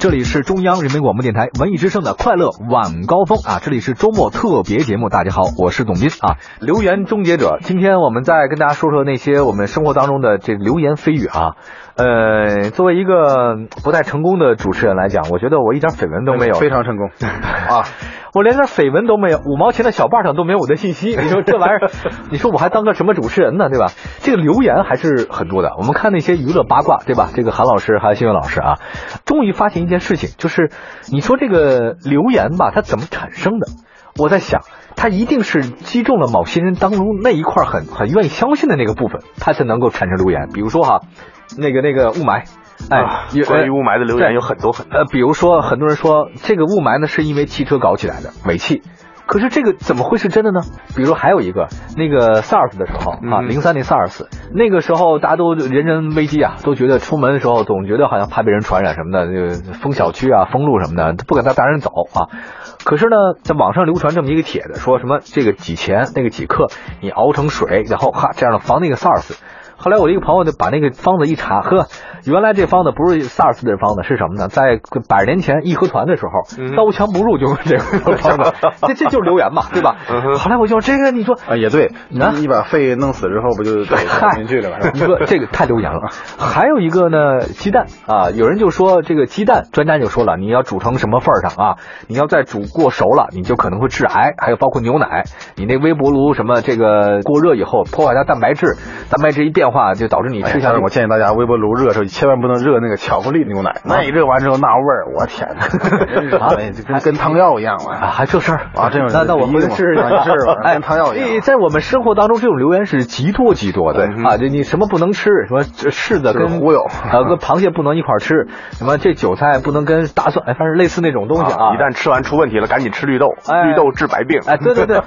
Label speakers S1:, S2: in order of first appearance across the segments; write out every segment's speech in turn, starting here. S1: 这里是中央人民广播电台文艺之声的快乐晚高峰啊，这里是周末特别节目。大家好，我是董斌啊。留言终结者，今天我们再跟大家说说那些我们生活当中的这个流言蜚语啊。呃，作为一个不太成功的主持人来讲，我觉得我一点绯闻都没有，
S2: 哎非常成功
S1: 啊，我连点绯闻都没有，五毛钱的小报上都没有我的信息。你说这玩意儿，你说我还当个什么主持人呢，对吧？这个留言还是很多的。我们看那些娱乐八卦，对吧？这个韩老师还有新闻老师啊，终于发现一件事情，就是你说这个留言吧，它怎么产生的？我在想，它一定是击中了某些人当中那一块很很愿意相信的那个部分，它才能够产生留言。比如说哈，那个那个雾霾，哎
S2: 啊，
S1: 有
S2: 关于雾霾的留言
S1: 对
S2: 有很多很多
S1: 呃，比如说很多人说这个雾霾呢是因为汽车搞起来的尾气，可是这个怎么会是真的呢？比如还有一个那个 SARS 的时候啊，
S2: 嗯
S1: 零三年 SARS 那个时候大家都人人危机啊，都觉得出门的时候总觉得好像怕被人传染什么的，就封小区啊、封路什么的，都不敢带大人走啊。可是呢，在网上流传这么一个帖子，说什么这个几钱那个几克，你熬成水，然后哈这样的防那个 SARS。后来我的一个朋友呢，把那个方子一查，呵，原来这方子不是 SARS 的方子，是什么呢？在百年前义和团的时候，
S2: 嗯
S1: 刀枪不入就用这个方子，这这就是流言嘛，对吧？
S2: 嗯哼
S1: 后来我就说这个，你说
S2: 啊，也对，
S1: 啊
S2: 你把肺弄死之后不 就倒进去了吗？
S1: 你说这个太流言了。还有一个呢，鸡蛋啊，有人就说这个鸡蛋，专家就说了，你要煮成什么份儿上啊？你要再煮过熟了，你就可能会致癌。还有包括牛奶，你那微波炉什么这个过热以后破坏它蛋白质，蛋白质一变化就导致你
S2: 哎
S1: 吃
S2: 呀
S1: 下
S2: 但
S1: 去
S2: 是我建议大家微波炉热的时候，千万不能热那个巧克力牛奶，那一热完之后那味儿，我天哪， 真是
S1: 啊
S2: 哎就跟跟汤药一样
S1: 啊，
S2: 了。
S1: 还这事儿
S2: 啊这种
S1: 那那我回去
S2: 这种
S1: 试试去
S2: 啊 试试吧
S1: 哎，
S2: 跟汤药一样
S1: 哎在我们生活当中，这种留言是极多极多的
S2: 对嗯
S1: 啊！这你什么不能吃？什么这柿子
S2: 就是
S1: 跟
S2: 忽悠
S1: 啊，跟螃蟹不能一块儿吃，什么这韭菜不能跟大蒜，哎，反正类似那种东西啊。
S3: 一旦吃完出问题了，赶紧吃绿豆，
S1: 哎
S3: 绿豆治百病。
S1: 哎，对对 对，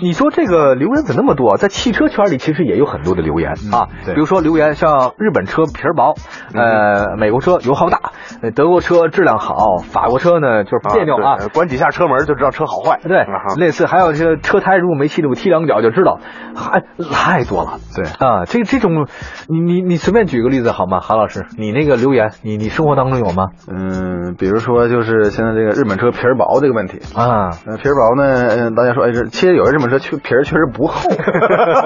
S1: 你说这个留言怎么那么多？在汽车圈里其实也有很多的留言啊，
S2: 嗯对嗯
S1: 比如说留言像日本车皮儿薄，呃，美国车油耗大，呃德国车质量好，法国车呢就是别扭
S2: 呃
S1: 啊，
S3: 对关几下车门就知道车好坏。
S1: 对
S3: 啊哈，
S1: 类似还有这个车胎如果没气动，踢两脚就知道，还太多了。
S2: 对
S1: 啊，这这种，你你你随便举个例子好吗？韩老师，你那个留言，你你生活当中有吗？
S2: 嗯，比如说就是现在这个日本车皮儿薄这个问题，
S1: 啊，
S2: 呃，皮儿薄呢，嗯、大家说，哎，这其实有的日本车确皮儿确实不厚，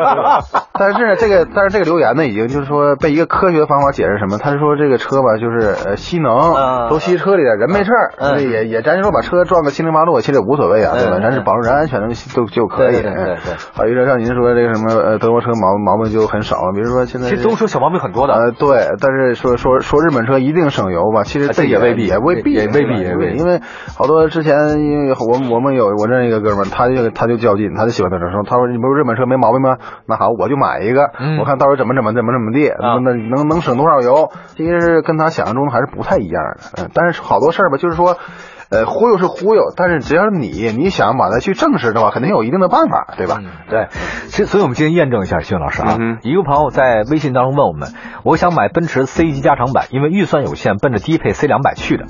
S2: 但是这个但是这个留言呢，已经就是说被一个科学的方法解释什么？他是说这个车吧，就是呃吸
S1: 啊
S2: 能，都吸车里了，人没事儿，
S1: 嗯
S2: 所以也也咱说把车撞个七零八落，其实也无所谓啊，对吧？
S1: 嗯
S2: 咱是保证人安全的就就可以。
S1: 对对对对 对
S2: 还有一个像您说这个什么呃德国车毛毛病就很少，比如说现
S3: 呃
S2: 在
S1: 其实
S2: 这
S1: 都说小毛病很多的。
S2: 呃，对，但是说说说日本车一定省油吧？其实
S1: 啊
S2: 这
S1: 这也未必
S2: 也未必，
S1: 也
S2: 啊
S1: 也未必
S2: 是吧
S1: 也未必
S2: 因为好多之前，因为我们我们有我认识一个哥们儿，他就他就较劲，他就喜欢德国车，他说你不是日本车没毛病吗？那好，我就买一个，
S1: 嗯
S2: 我看到时候怎么怎么怎么怎么地，
S1: 啊
S2: 那能能能省多少油？其实跟他想象中的还是不太一样的。嗯，但是好多事儿吧，就是说。呃，忽悠是忽悠，但是只要你你想把它去证实的话，肯定有一定的办法，对吧？
S1: 嗯，对，所以所以我们今天验证一下徐老师啊
S3: 嗯哼，
S1: 一个朋友在微信当中问我们，我想买奔驰 C 级加长版，因为预算有限，奔着低配 C 两百去的，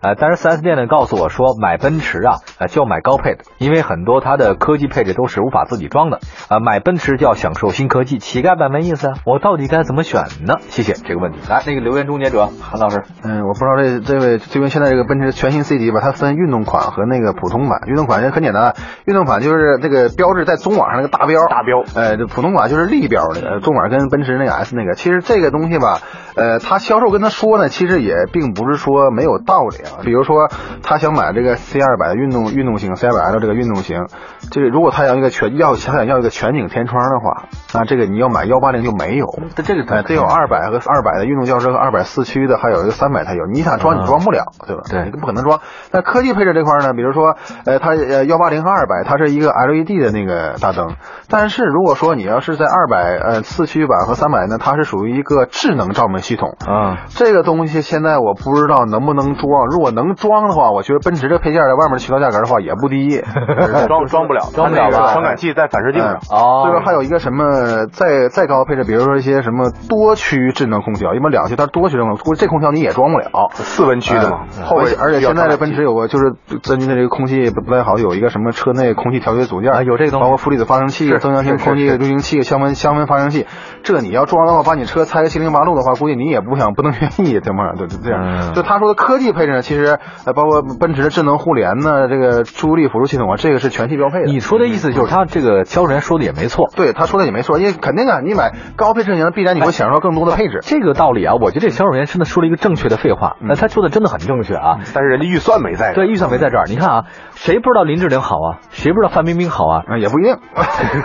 S1: 呃，但是 4S 店呢告诉我说买奔驰啊，呃就要买高配的，因为很多它的科技配置都是无法自己装的，啊、买奔驰就要享受新科技，乞丐版没意思啊，我到底该怎么选呢？谢谢这个问题，来那个留言终结者韩老师，
S2: 嗯，我不知道这这位这位现在这个奔驰全新 C 级吧，它分运动款和那个普通版。运动款也很简单，啊运动款就是这个标志在中网上那个大标，
S3: 大标
S2: 呃，这普通款就是立标那个，呃中网跟奔驰那个 S 那个。其实这个东西吧，呃，他销售跟他说呢，其实也并不是说没有道理啊。比如说他想买这个 C 二百运动运动型 C 二百 L 这个运动型，这个如果他想要一个全要他想要一个全景天窗的话，那这个你要买幺八零就没有。
S3: 嗯
S1: 这这个
S2: 哎，得有二百和二百的运动轿车和二百四驱的，还有一个三百才有。你想装
S1: 啊
S2: 你装不了，对吧？
S1: 对
S2: 你不可能装。那科技配置这块呢，比如说，呃，它呃幺八零和二百，它是一个 LED 的那个大灯。但是如果说你要是在二百呃四驱版和三百呢，它是属于一个智能照明系统。
S1: 啊，
S2: 这个东西现在我不知道能不能装，如果能装的话，我觉得奔驰这配件在外面渠道价格的话也不低。 嗯
S3: 装装不了，
S1: 装不了
S3: 它那个
S1: 吧
S3: 传感器在反射镜上。
S1: 哦，
S2: 这边还有一个什么再再高配置，比如说一些什么多区智能空调，一般两区它是多区智能，估计这空调你也装不了。
S3: 四温区的嘛，
S1: 哎
S2: 嗯
S3: 后
S2: 而
S3: 边
S2: 且而且现在
S3: 的
S2: 这奔驰有个就是根据这个空气不太好，有一个什么车内空气调节组件，
S1: 啊有这个东西
S2: 包括负离子发生器、
S1: 是
S2: 增强性
S1: 是
S2: 空气
S1: 是
S2: 滤清器、香温香温发生器。这你要装的话，把你车拆个七零八落的话，估计你也不想不能愿意，对吗？对对，这样。
S1: 嗯
S2: 就他说的科技配置呢，其实呃包括奔驰的智能互联呢，这个注意力辅助系统啊，这个是全系标配的。
S1: 你说的意思就是他这个销售人说的也没错。
S2: 对他说的也没错，因为肯定啊，你买高配车型，必然你会享受到更多的配置。
S1: 这个道理啊，我觉得这销售员真的说了一个正确的废话，
S3: 嗯
S1: 那、他说的真的很正确啊。
S3: 但是人家预算没在这儿，
S1: 对，预算没在这儿。你看啊，谁不知道林志玲好啊？谁不知道范冰冰好啊？
S2: 啊，也 不一定。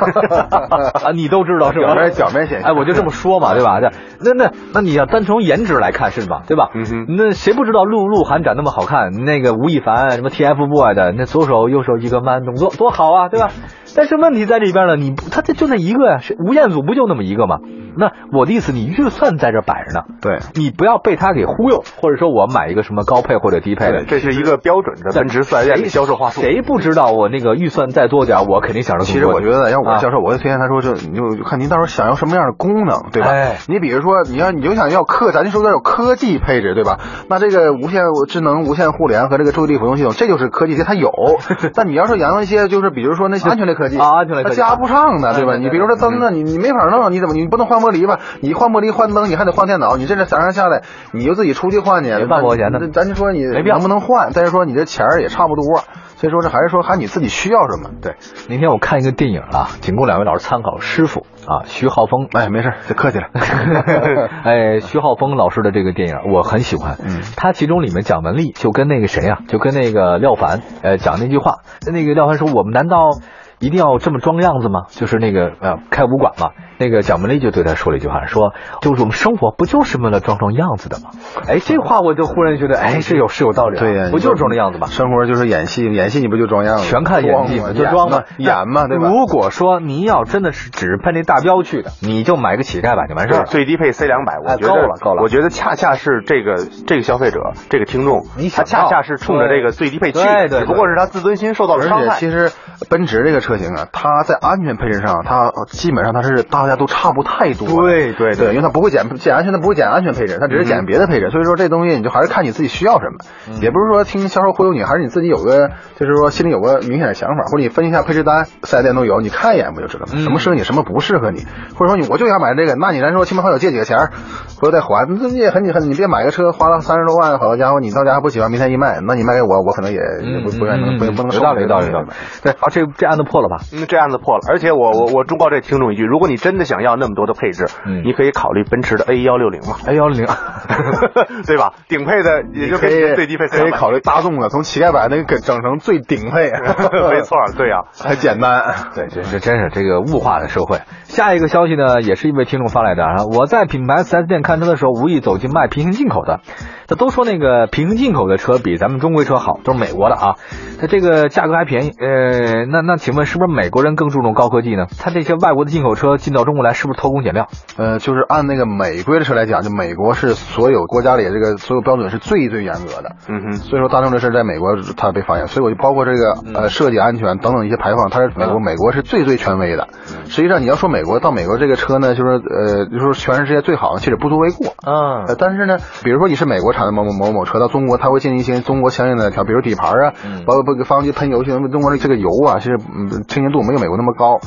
S1: 啊，你都知道是吧
S2: 表？面表面现象嗯
S1: 哎，我就这么说嘛，对吧？这那那那你要单从颜值来看是吧？对吧？
S3: 嗯哼
S1: 那谁不知道鹿鹿晗长那么好看？那个吴亦凡啊什么 TFBOY 的，那左手右手一个慢动作多好啊，对吧？但是问题在这边呢，你不他这就那一个呀，是吴彦祖不就那么一个吗？那我的意思，你预算在这摆着呢，
S2: 对，
S1: 你不要被他给忽悠，或者说我买一个什么高配或者低配的。
S3: 这是一个标准的奔驰 4S 店的销售话术。
S1: 谁不知道我那个预算再多点儿，我肯定享受
S2: 其实我觉得要我
S1: 啊
S2: 销售，我会推荐他说，就你就就看您到时候想要什么样的功能，对吧？
S1: 哎
S2: 你比如说，你要你就想要科，咱就说这有科技配置，对吧？那这个无线智能、无线互联和这个注意力辅助系统，这就是科技，这它 有。但你要是想要一些，就是比如说那些安全类科技
S1: 啊安全类科技
S2: 它加不上的，对吧？
S1: 哎对对
S2: 你比如说灯啊，你你没法弄，你怎么你不能换玻璃吧？你换玻璃换灯，你还得换电脑，你这这三上下来，你就自己出去换去，
S1: 没办法我觉得
S2: 那咱就说你
S1: 没必要
S2: 能不能换？再说你这钱儿也差不多，所以说这还是说看你自己需要什么，对。
S1: 明天我看一个电影啊，仅供两位老师参考。师傅啊，徐浩 峰。
S2: 哎，没事儿，就客气了。
S1: 哎，徐浩峰老师的这个电影我很喜欢，
S2: 嗯
S1: 他其中里面蒋雯丽就跟那个谁啊，就跟那个廖凡，呃，讲那句话，那个廖凡说：“我们难道一定要这么装样子吗？”就是那个呃开武馆嘛，那个蒋雯丽就对他说了一句话，说：“就是我们生活不就是为了装装样子的吗？”哎，这话我就忽然觉得，哎，是有是有道理啊、
S2: 对呀、
S1: 不就是装这样子吗？
S2: 生活就是演戏，演戏你不就装样子？
S1: 全看演技嘛，
S2: 嘛，
S1: 就装嘛
S2: 嘛，，演嘛，对吧？
S1: 如果说您要真的是只是奔这大标去的，你就买个乞丐版就完事儿
S3: 对，
S1: 了。
S3: 最低配 C 两百，我
S1: 哎
S3: 觉得
S1: 够了够了
S3: 我觉得恰恰是这个这个消费者，这个听众
S1: 你，
S3: 他
S1: 想
S3: 恰
S1: 到
S3: 恰是冲着这个最低配去的，
S1: 对对对
S3: 只不过是他自尊心受到了
S2: 而
S3: 伤害。
S2: 且其实奔驰这个车型啊，它在安全配置上，它基本上它是大家都差不太多了。
S1: 对对对
S2: 对，因为它不会减减安全，它不会减安全配置，它只是减别的配置。所以说这东西你就还是看你自己需要什么，
S3: 嗯
S2: 也不是说听销售忽悠你，还是你自己有个就是说心里有个明显的想法，或者你分析一下配置单，四 S 店都有，你看一眼不就知道了，
S3: 嗯
S2: 什么适合你，什么不适合你，或者说你我就想买这个，那你咱说亲朋好友借几个钱儿，回头再还，那你也很很你别买个车花了三十多万，好家伙，你到家还不喜欢，明天一卖，那你卖给我，我可能也
S1: 嗯
S2: 也不不愿意能不不能
S1: 有
S2: 收
S1: 道理，有
S2: 这
S1: 道
S2: 个东
S1: 理，
S2: 西
S1: 有道理。对，啊，这这案子破了吧？
S3: 嗯，这案子破了，而且我我我忠告这听众一句：如果你真的想要那么多的配置，
S1: 嗯
S3: 你可以考虑奔驰的 A 幺六零 嘛，
S1: 哎幺零，
S3: 对吧？顶配的也就
S2: 可
S3: 变
S2: 以
S3: 成最低配
S2: 可以
S3: 300
S2: 考虑大众了，从乞丐版那个给整成最顶配，
S3: 没，错，对啊呀、
S2: 还简 单。
S1: 对，这这真是这个物化的社会。下一个消息呢，也是一位听众发来的啊。我在品牌 4S 店看车的时候，无意走进卖平行进口的，他都说那个平行进口的车比咱们中规车好，都是美国的啊。它这个价格还便宜，呃，那那请问是不是美国人更注重高科技呢？他这些外国的进口车进到中国来，是不是偷工减料？
S2: 呃，就是按那个美规的车来讲，就美国是所有国家里这个所有标准是最最严格的，
S3: 嗯哼，
S2: 所以说大众这事儿在美国它被发现，所以我就包括这个
S1: 嗯
S2: 呃设计安全等等一些排放，它是美国美国是最最权威的。
S1: 嗯
S2: 实际上你要说美国到美国这个车呢，就是呃就是说全世界最好的，其实也不足为过。
S1: 嗯
S2: 呃，但是呢，比如说你是美国产的某某某某车，到中国它会进行一些中国相应的调，比如底盘啊，
S1: 嗯
S2: 包括不发动机喷油，像中国的这个油啊，其实嗯清洁度没有美国那么高。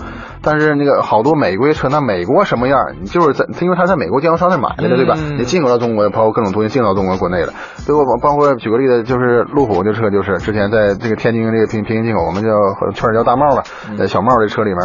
S2: 但是那个好多美规车，那美国什么样，你就是在因为它在美国经销商那买来的，对吧？
S1: 嗯
S2: 你进口到中国，包括各种东西进口到中国国内的，对我包括举个例子，就是路虎这车，就是之前在这个天津这个平平行进口，我们叫圈儿叫大帽吧，呃小帽这车里面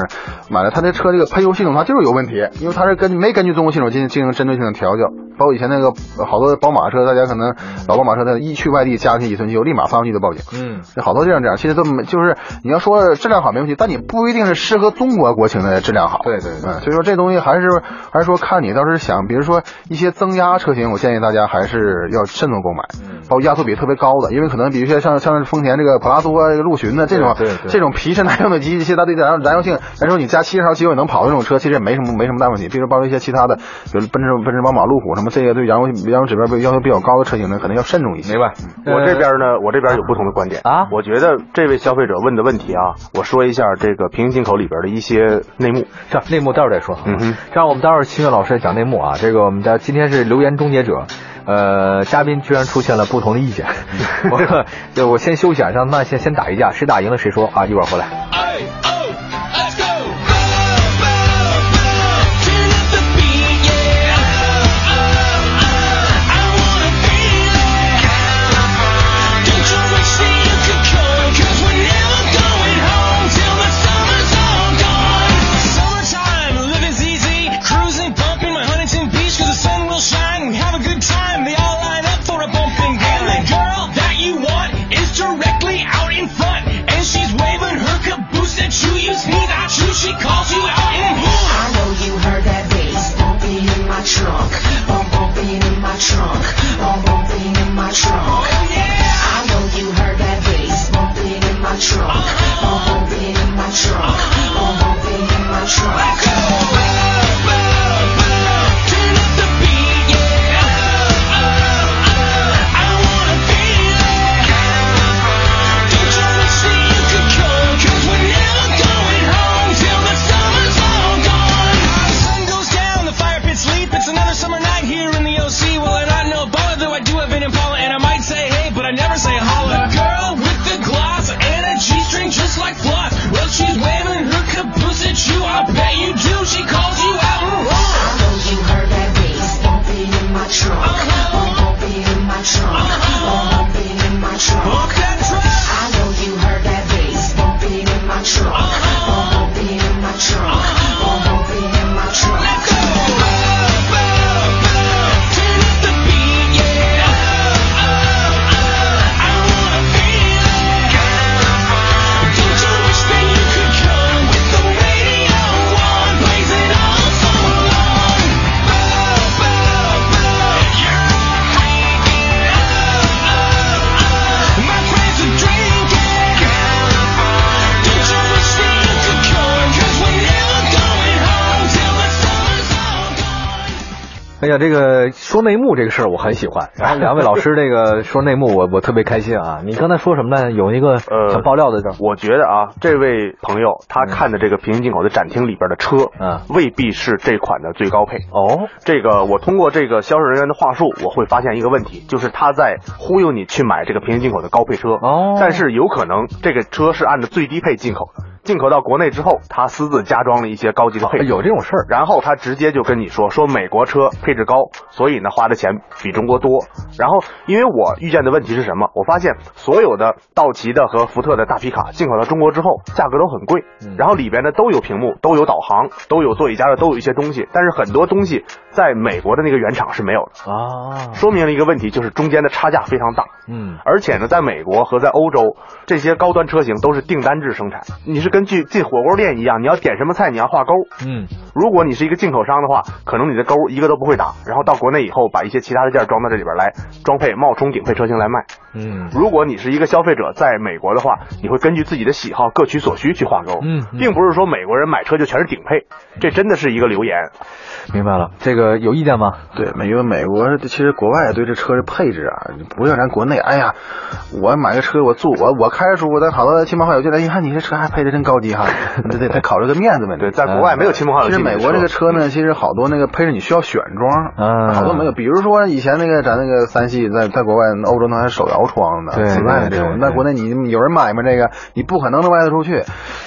S2: 买了，它这车这个喷油系统它就是有问题，因为它是根据没根据中国系统进行进行针对性的调教，包括以前那个呃好多宝马车，大家可能老宝马车它一去外地加进去一吨机油，立马发动机就报警。
S1: 嗯，
S2: 这好多地方这样，其实都没就是你要说质量好没问题，但你不一定是适合中国国情的质量好。
S1: 对对对
S2: 嗯，所以说这东西还是还是说看你倒是想，比如说一些增压车型，我建议大家还是要慎重购买，
S1: 嗯
S2: 包括压缩比特别高的，因为可能比如说像像丰田这个普拉多、啊、这个陆巡的这种
S1: 对对对
S2: 这种皮实耐用的机器，其实它对燃燃油性来说，你加七十号机油也能跑的这种车，其实也没什么没什么大问题。比如包括一些其他的，比如奔驰、奔驰、宝马、路虎什么这些对燃油燃油指标要求比较高的车型呢，可能要慎重一些。嗯
S1: 明白。
S3: 我这边呢，我这边有不同的观点
S1: 嗯啊
S3: 我觉得这位消费者问的问题啊，我说一下这个平行进口里边的一些内幕。
S1: 这内幕待会儿再说。
S3: 嗯哼，
S1: 这样我们待会儿秦月老师也讲内幕啊。这个我们的今天是留言终结者，呃，嘉宾居然出现了不同的 意见。我对我先休息啊，让他们先先打一架，谁打赢了谁说啊。一会儿回来。
S4: Aye, oh, let's go. Bow, bow, bow. Turn up the beat, yeah. Oh, oh, oh. I wanna feel it. Oh, Oh,
S1: 哎呀，这个说内幕这个事儿我很喜欢。然后两位老师这个说内幕我，我特别开心啊！你刚才说什么呢？有一个
S3: 呃
S1: 想爆料的事儿，
S3: 我觉得啊，这位朋友他看的这个平行进口的展厅里边的车，
S1: 嗯
S3: 未必是这款的最高配。
S1: 哦，
S3: 这个我通过这个销售人员的话术，我会发现一个问题，就是他在忽悠你去买这个平行进口的高配车，
S1: 哦
S3: 但是有可能这个车是按照最低配进口的，进口到国内之后，他私自加装了一些高级的配置。
S1: 哎有这种事儿。
S3: 然后他直接就跟你说，说美国车配置高，所以呢花的钱比中国多。然后因为我遇见的问题是什么？我发现所有的道奇的和福特的大皮卡进口到中国之后，价格都很贵
S1: 嗯，
S3: 然后里边呢都有屏幕，都有导航，都有座椅加热，都有一些东西，但是很多东西在美国的那个原厂是没有的。
S1: 啊，
S3: 说明了一个问题，就是中间的差价非常大。
S1: 嗯，
S3: 而且呢，在美国和在欧洲，这些高端车型都是订单制生产，你是根据进火锅店一样，你要点什么菜，你要画勾，
S1: 嗯，
S3: 如果你是一个进口商的话，可能你的钩一个都不会打，然后到国内以后把一些其他的件儿装到这里边来装配冒充顶配车型来卖。
S1: 嗯，
S3: 如果你是一个消费者，在美国的话，你会根据自己的喜好各取所需去画钩，
S1: 嗯嗯
S3: 并不是说美国人买车就全是顶配，这真的是一个流言。
S1: 明白了。这个有意见吗？
S3: 啊
S2: 对，美因为美国其实国外对这车的配置啊，不像咱国内，哎呀，我买个车我坐我我开着舒服，但好多亲朋好友就来一看你这车还配的真高级哈，对对，他考虑个面子问题。嗯
S3: 对，在国外没有亲朋好友
S2: 其实
S3: 进你的
S2: 美国这个车呢，其实好多那个配置你需要选装，
S3: 啊
S1: 嗯
S2: 好多没有。比如说以前那个咱那个三系在在国外欧洲那还是手摇窗的，
S1: 对
S2: 磁带的这
S1: 对对
S2: 种，那国内你有人买吗？这个你不可能能卖得出去。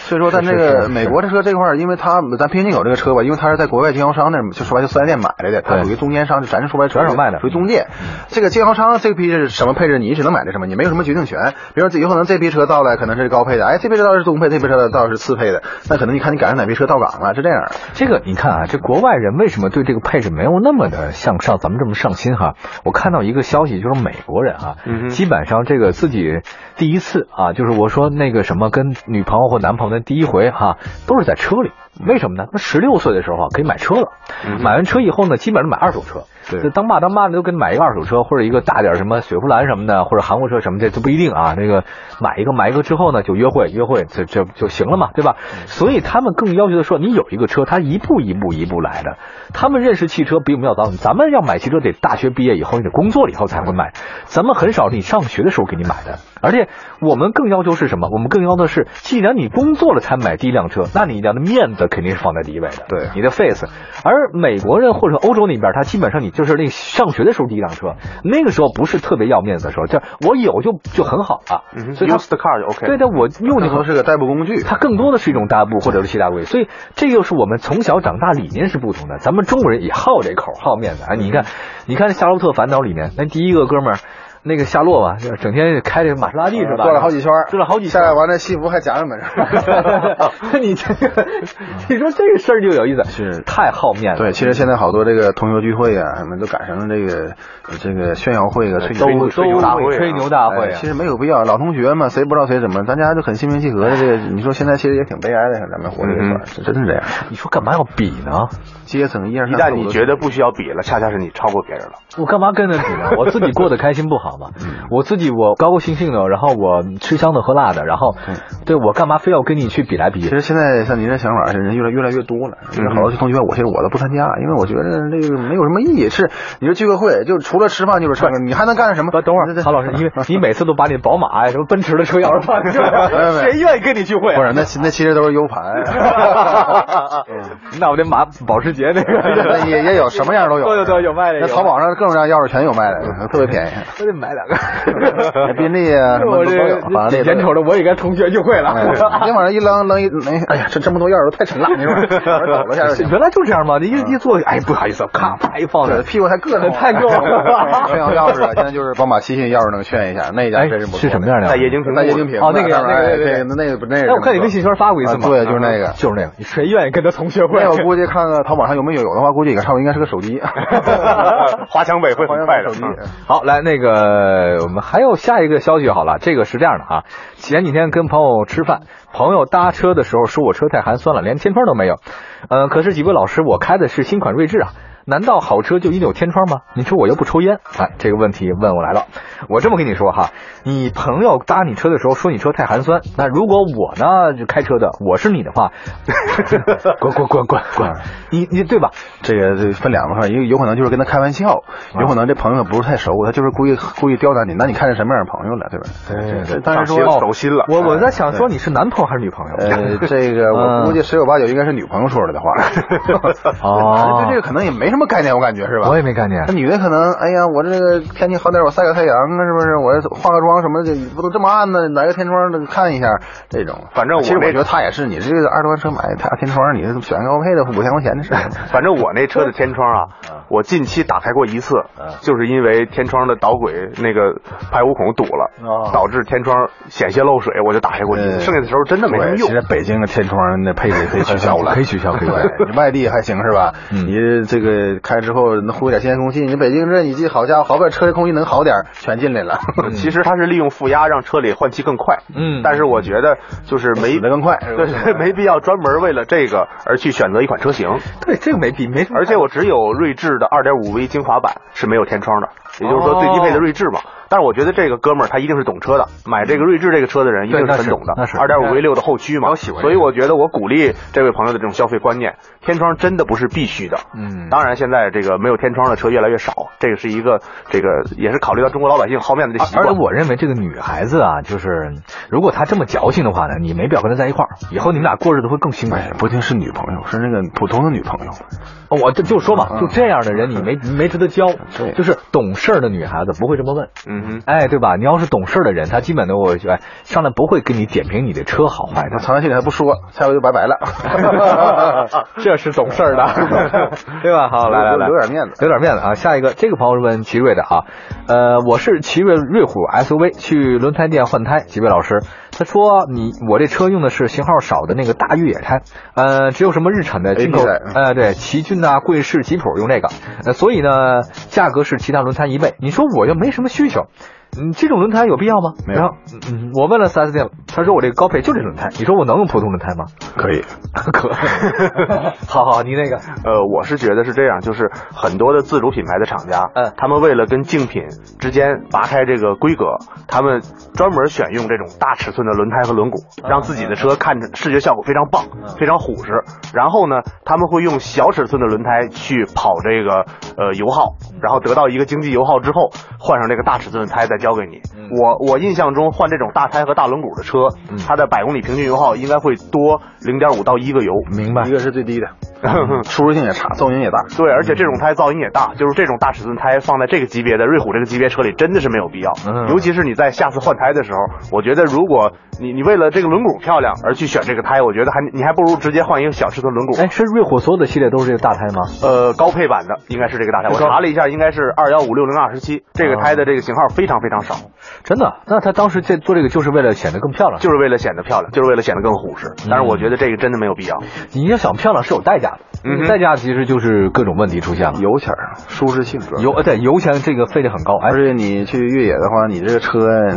S2: 所以说，但这
S1: 是是
S2: 个
S1: 是
S2: 美国这车这块儿，因为它咱平行进口这个车吧，因为它是在国外经销商那儿就说白了就四 S 店买来的，它
S1: 对
S2: 属于中间商，就咱这说白了
S1: 转手卖的
S2: 属于中介。嗯这个经销商这批是什么配置，你只能买这什么，你没有什么决定权。比如说有可能这批车到了可能是高配的，哎，这批车倒是中配，这批车倒是次配的，那可能你看你赶上哪批车到岗了，是这样。
S1: 这个你看啊，这国外人为什么对这个配置没有那么的像上咱们这么上心哈？我看到一个消息，就是美国人啊，
S3: 嗯哼
S1: 基本上这个自己第一次啊，就是我说那个什么跟女朋友或男朋友的第一回哈、都是在车里。
S3: 嗯
S1: 为什么呢？他们十六岁的时候啊，可以买车了，买完车以后呢，基本上买二手车。
S2: 对
S1: 就当爸当妈的都跟买一个二手车，或者一个大点儿什么雪佛兰什么的，或者韩国车什么的，这都不一定啊。那个买一个买一个之后呢，就约会约会，这这就行了嘛，对吧？所以他们更要求的说，你有一个车，他一步一步一步来的。他们认识汽车比我们要早，咱们要买汽车得大学毕业以后，你得工作了以后才会买。咱们很少你上学的时候给你买的，而且我们更要求是什么？我们更要求的是，既然你工作了才买第一辆车，那你的面子肯定是放在第一位的。
S2: 对
S1: 你的 face。而美国人或者欧洲那边，他基本上你就是那上学的时候第一辆车，那个时候不是特别要面子的时候，就是我有就就很好了、
S3: 嗯
S1: 所以他
S3: ，used car 就 OK。
S1: 对的，我用就
S2: 那可能
S1: 合适。
S2: 是个代步工具。
S1: 它更多的是一种大步或者是其他规，所以这就是我们从小长大理念是不同的。咱们中国人也好这口，好面子啊！你
S2: 嗯
S1: 看，你看《夏洛特烦恼》里面那第一个哥们儿，那个夏洛吧，就是整天开着玛莎拉蒂是吧？
S2: 转了好几圈儿，
S1: 转了好几圈
S2: 下
S1: 儿
S2: 来完了，西服还夹着 门。
S1: 你这 个，你说这个事儿就有意思，
S2: 是
S1: 太好面子了。
S2: 对，其实现在好多这个同学聚会啊，什么都赶上了这个呃这个炫耀会啊，吹
S1: 都
S2: 牛
S1: 都
S3: 吹牛大会啊
S1: 吹牛大会
S2: 哎
S1: 啊
S2: 其实没有必要，老同学嘛，谁不知道谁怎么，咱家就很心平气和的。这个
S1: 嗯
S2: 你说现在其实也挺悲哀的，咱们活这一块
S3: 嗯
S2: 儿，是真是这样。
S1: 你说干嘛要比呢？
S2: 阶层一二
S3: 一
S2: 三，
S3: 旦你觉得不需要比了，恰恰是你超过别人 了。
S1: 我干嘛跟着你呢？我自己过得开心不好吗？
S2: 嗯
S1: 我自己我高高兴兴的，然后我吃香的喝辣的，然后
S2: 嗯
S1: 对我干嘛非要跟你去比来比
S2: 其？实现在像您这想法，是人越来越来越多
S1: 嗯
S2: 了。就是好多同学，我其实我都不参加，因为我觉得这个没有什么意义。是你说聚个会，就除了吃饭就是唱歌，你还能干什么？
S1: 不，等会
S2: 对对
S1: 儿，韩老师，因为你每次都把你宝马呀、什么奔驰的车钥匙放进
S2: 没
S1: 来，
S2: 没
S1: 谁愿意跟你聚会、
S2: 不
S1: 啊？
S2: 是，那其那其实都是 U 盘。 嗯
S1: 那我得马保时捷那个
S2: 也也有什么样都有，
S1: 都有都有有卖的
S2: 那
S1: 有
S2: 淘宝上各种各样钥匙全有卖的，特别便宜，
S1: 我得买两
S2: 宾
S1: 个。
S2: 利啊什 么
S1: 我
S2: 都有，反
S1: 这
S2: 正
S1: 眼瞅
S2: 着。
S1: 着我也该同学聚会了
S2: 哎，今天晚上一扔扔一，哎哎呀，这这么多钥匙太沉了，你 说，我抖了一下就行。
S1: 原来就这样嘛，你一一坐，哎，不好意思，咔啪一放
S2: 嗯对
S1: 着，
S2: 屁股太硌得慌 了，
S1: 太硌了
S2: 炫耀钥匙啊， 现在就是宝马七系钥匙能炫一下，那一家
S1: 哎
S2: 真是不错。
S1: 是什么样的
S3: 在液晶屏幕
S2: 在液晶屏
S1: 哦那个
S2: 上面哎
S1: 那个
S2: 对，那个不那个。
S1: 哎，我看你微信圈发过一次嘛，
S2: 啊对就是那个
S1: 就是那个，你谁愿意跟他同学会
S2: 那？我估计看看淘宝上有没有，有的话估计也差不多应该是个手 机。
S3: 华强北会很快
S2: 华
S3: 的
S2: 强北手机
S3: 嗯
S1: 好，来那个我们还有下一个消息好了，这个是这样的啊，前几天跟朋友吃饭，朋友搭车的时候说我车太寒酸了，连天窗都没有，呃，可是几位老师我开的是新款锐志啊。难道好车就一定有天窗吗？你说我又不抽烟，哎，这个问题问我来了。我这么跟你说哈，你朋友搭你车的时候说你车太寒酸，那如果我呢就开车的，我是你的话， 滚滚滚滚滚，你你对吧？
S2: 这个这分两个事儿，有有可能就是跟他开玩笑，有可能这朋友不是太熟，他就是故意故意刁难你。那你看是什么样的朋友了，对吧？
S1: 对
S2: 这但是
S3: 上心
S2: 说
S3: 了走心了
S1: 哦我我在想
S2: 对
S1: 说你是男朋友还是女 朋友？
S2: 呃，这个
S1: 嗯
S2: 我估计十有八九应该是女朋友 说了的话。
S1: 哦
S2: 对这个可能也没什么概念，我感觉是吧？
S1: 我也没概念
S2: 那。女的可能，哎呀，我这个天气好点，我晒个太阳啊，是不是？我化个妆什么的，不都这么暗呢？来个天窗看一下，这种。
S3: 反正我
S2: 其实我
S3: 那
S2: 觉得他也是，你这个二十万车买他天窗，你选个高配的五千块钱的事情。
S3: 反正我那车的天窗
S2: 嗯
S3: 啊，我近期打开过一次，就是因为天窗的导轨那个排污孔堵
S1: 哦
S3: 了，导致天窗险些漏水，我就打开过一次。
S2: 嗯
S3: 剩下的时候真的没什么
S2: 对
S3: 用
S2: 其。实北京的天窗的配置可以取消了，
S1: 可以取消可以取消
S2: 对你外地还行是吧？
S1: 嗯
S2: 你这个开之后能呼一点新鲜空气，你北京这你这好家伙，好不容易车的空气能好点儿，全 进来了，
S3: 其实它是利用负压让车里换气更快，
S1: 嗯
S3: 但是我觉得就是没
S2: 死得更快。
S3: 对，没必要专门为了这个而去选择一款车型。
S1: 对，这个没比没什么
S3: 而且我只有锐志的 2.5V 精华版是没有天窗的，也就是说最低配
S1: 哦
S3: 的锐志嘛。但是我觉得这个哥们儿他一定是懂车的，买这个锐志这个车的人一定
S1: 对那
S3: 很
S1: 是
S3: 懂的。
S1: 那是
S3: 2.5V 六的后驱嘛，
S1: 我喜欢这个
S3: 所以我觉得我鼓励这位朋友的这种消费观念，天窗真的不是必须的。
S1: 嗯
S3: 当然现在这个没有天窗的车越来越少，这个是一个这个也是考虑到中国老百姓好面子的习
S1: 而
S3: 惯
S1: 且。我认为这个女孩子啊，就是如果她这么矫情的话呢，你没必要跟她在一块儿，以后你们俩过日子会更辛苦。
S2: 哎，不一定是女朋友，是那个普通的女朋友。
S1: 哦我这就说嘛，
S2: 嗯
S1: 就这样的人你没没值得交
S2: 对，
S1: 就是懂事儿的女孩子不会这么问。
S3: 嗯哼。
S1: 哎，对吧？你要是懂事儿的人，她基本都会哎上来不会跟你点评你的车好坏
S2: 他
S1: 的，
S2: 藏在心里还不说，下回就拜拜了。
S1: 这是懂事儿 的，对吧？好，来来来，
S2: 留点面子。
S1: 有点面子啊。下一个，这个朋友是问奇瑞的啊，呃，我是奇瑞瑞虎 SUV 去轮胎店换胎，几位老师，他说你我这车用的是型号少的那个大越野胎，呃，只有什么日产的进口
S2: AP 带，
S1: 呃，对，奇骏呐、贵士、吉普用这个，呃，所以呢，价格是其他轮胎一倍。你说我又没什么需求。嗯，这种轮胎有必要吗？
S2: 没有
S1: 然后，嗯，嗯我问了4 S 店，他说我这个高配就这轮胎，你说我能用普通轮胎吗？
S2: 可以，
S1: 可， 好好，你那个，
S3: 呃，我是觉得是这样，就是很多的自主品牌的厂家，
S1: 嗯
S3: 他们为了跟竞品之间拔开这个规格，他们专门选用这种大尺寸的轮胎和轮毂，让自己的车看着视觉效果非常棒，非常虎实。然后呢，他们会用小尺寸的轮胎去跑这个呃油耗，然后得到一个经济油耗之后，换上这个大尺寸的胎再交给你。我我印象中换这种大胎和大轮毂的车，它的百公里平均油耗应该会多零点五到一个油。
S1: 明白嗯
S2: 一。个是最低的，舒适性也差，噪音也大。
S3: 对，而且这种胎噪音也大，就是这种大尺寸胎放在这个级别的瑞虎这个级别车里，真的是没有必要。
S1: 嗯
S3: 尤其是你在下次换胎的时候，我觉得如果你你为了这个轮毂漂亮而去选这个胎，我觉得还你还不如直接换一个小尺寸轮毂。
S1: 哎，是瑞虎所有的系列都是这个大胎吗？
S3: 呃，高配版的应该是这个
S1: 哎
S3: 大胎，我查了一下，应该是二幺五六零二十七，这
S1: 嗯
S3: 个胎的这个型号非常非常少，
S1: 真的？啊那他当时这做这个就是为了显得更漂亮，
S3: 就是为了显得漂亮，就是为了显得更虎实。
S1: 嗯
S3: 但是我觉得这个真的没有必要。
S1: 你要想漂亮是有代价的，
S3: 嗯哼
S1: 代价其实就是各种问题出现了，
S2: 油钱儿，啊舒适性主要。
S1: 油呃对油钱这个费的很高，哎
S2: 而，且你去越野的话，你这个车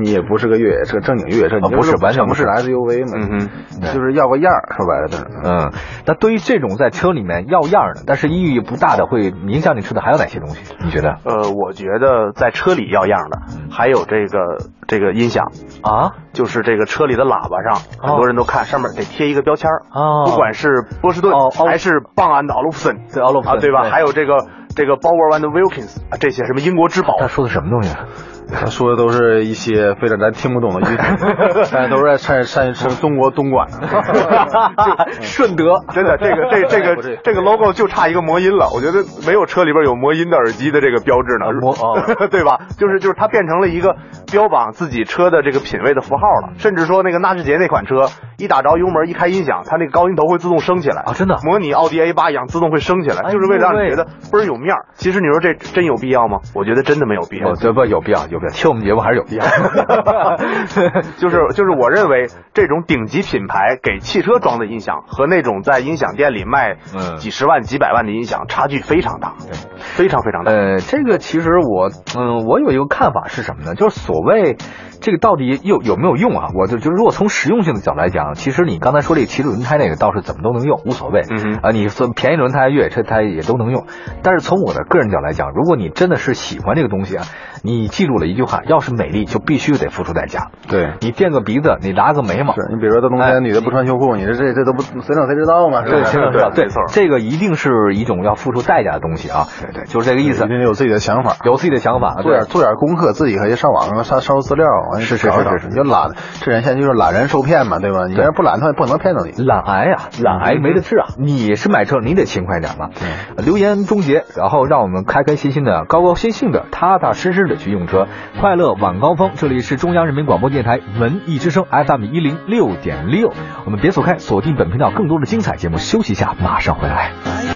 S2: 你也不是个越野车，正经越野车，
S1: 啊
S2: 你
S1: 不是完全不
S2: 不
S1: 是
S2: 是 SUV 嘛，
S3: 嗯
S1: 对
S2: 就是要个样儿，说白了就是。
S1: 嗯，那对于这种在车里面要样儿的，但是意义不大的，会影响你车的还有哪些东西？你觉得
S3: 呃，我觉得在车里要样的，还有这个这个音响，
S1: 啊？
S3: 就是这个车里的喇叭上，
S1: 哦
S3: 很多人都看上面得贴一个标签儿，
S1: 哦
S3: 不管是波士顿、
S1: 哦哦
S3: 还是棒安的奥洛夫森，
S1: 对奥洛夫森
S3: 啊，对吧？
S1: 对
S3: 还有这个这个 Bauer One 的 Wilkins 啊，这些什么英国 之宝，
S1: 他说的什么东西？啊
S2: 他说的都是一些非常咱听不懂的 语言，但都是在山山山中国东莞。
S1: 顺德，
S3: 真的，这个这 这
S2: 不至于
S3: 个这个 logo 就差一个魔音了。我觉得没有车里边有魔音的耳机的这个标志呢
S1: 啊，魔哦
S3: 对吧？就是就是它变成了一个标榜自己车的这个品味的符号了。甚至说那个纳智捷那款车，一打着油门一开音响，它那个高音头会自动升起来
S1: 啊真的
S3: 模拟奥迪 A 八一样自动会升起来，
S1: 哎
S3: 就是为了让你
S1: 呦
S3: 觉得倍儿有面儿。其实你说这真有必要吗？我觉得真的没有必要
S1: 哦，。对不？有必要，有必要，听我们节目还是有必要。
S3: 就是就是我认为这种顶级品牌给汽车装的音响和那种在音响店里卖
S1: 嗯
S3: 几十万几百万的音响差距非常大，非常非常大。
S1: 呃，这个其实我，嗯，我有一个看法是什么呢？就是所谓这个到底有有没有用啊？我就就如果从实用性的角度来讲，其实你刚才说这个骑轮胎那个倒是怎么都能用，无所谓。
S3: 嗯哼
S1: 啊，你说便宜轮胎、越野车胎也都能用。但是从我的个人角度来讲，如果你真的是喜欢这个东西啊，你记住了一句话：要是美丽，就必须得付出代价。
S2: 对，
S1: 你垫个鼻子，你拉个眉毛，
S2: 是你比如说到冬
S1: 哎
S2: 天女的不穿秋裤，你这这这都不谁整谁知道嘛，是
S1: 对，
S2: 吧？
S1: 秦老师
S3: 对
S1: 对
S3: 没错，
S1: 这个一定是一种要付出代价的东西啊。对对，就是这个意思
S2: 一，定有自己的想法。
S1: 有自己的想法，
S2: 做
S1: 对
S2: 点做点功课，自己可以上网上上搜资料，完
S1: 是是
S2: 找一
S1: 是
S2: 找
S1: 是是
S2: 你就懒，这人现在就是懒人受骗嘛，对吧？你
S1: 对
S2: 要不懒的话，也不可能骗到你。
S1: 懒癌啊，懒癌没得治啊！你是买车，你得勤快点了。留言终结，然后让我们开开心心的、高高兴兴的、踏踏实实的去用车，快乐晚高峰。这里是中央人民广播电台文艺之声 FM 一零六点六，我们别走开，锁定本频道更多的精彩节目。休息一下，马上回来。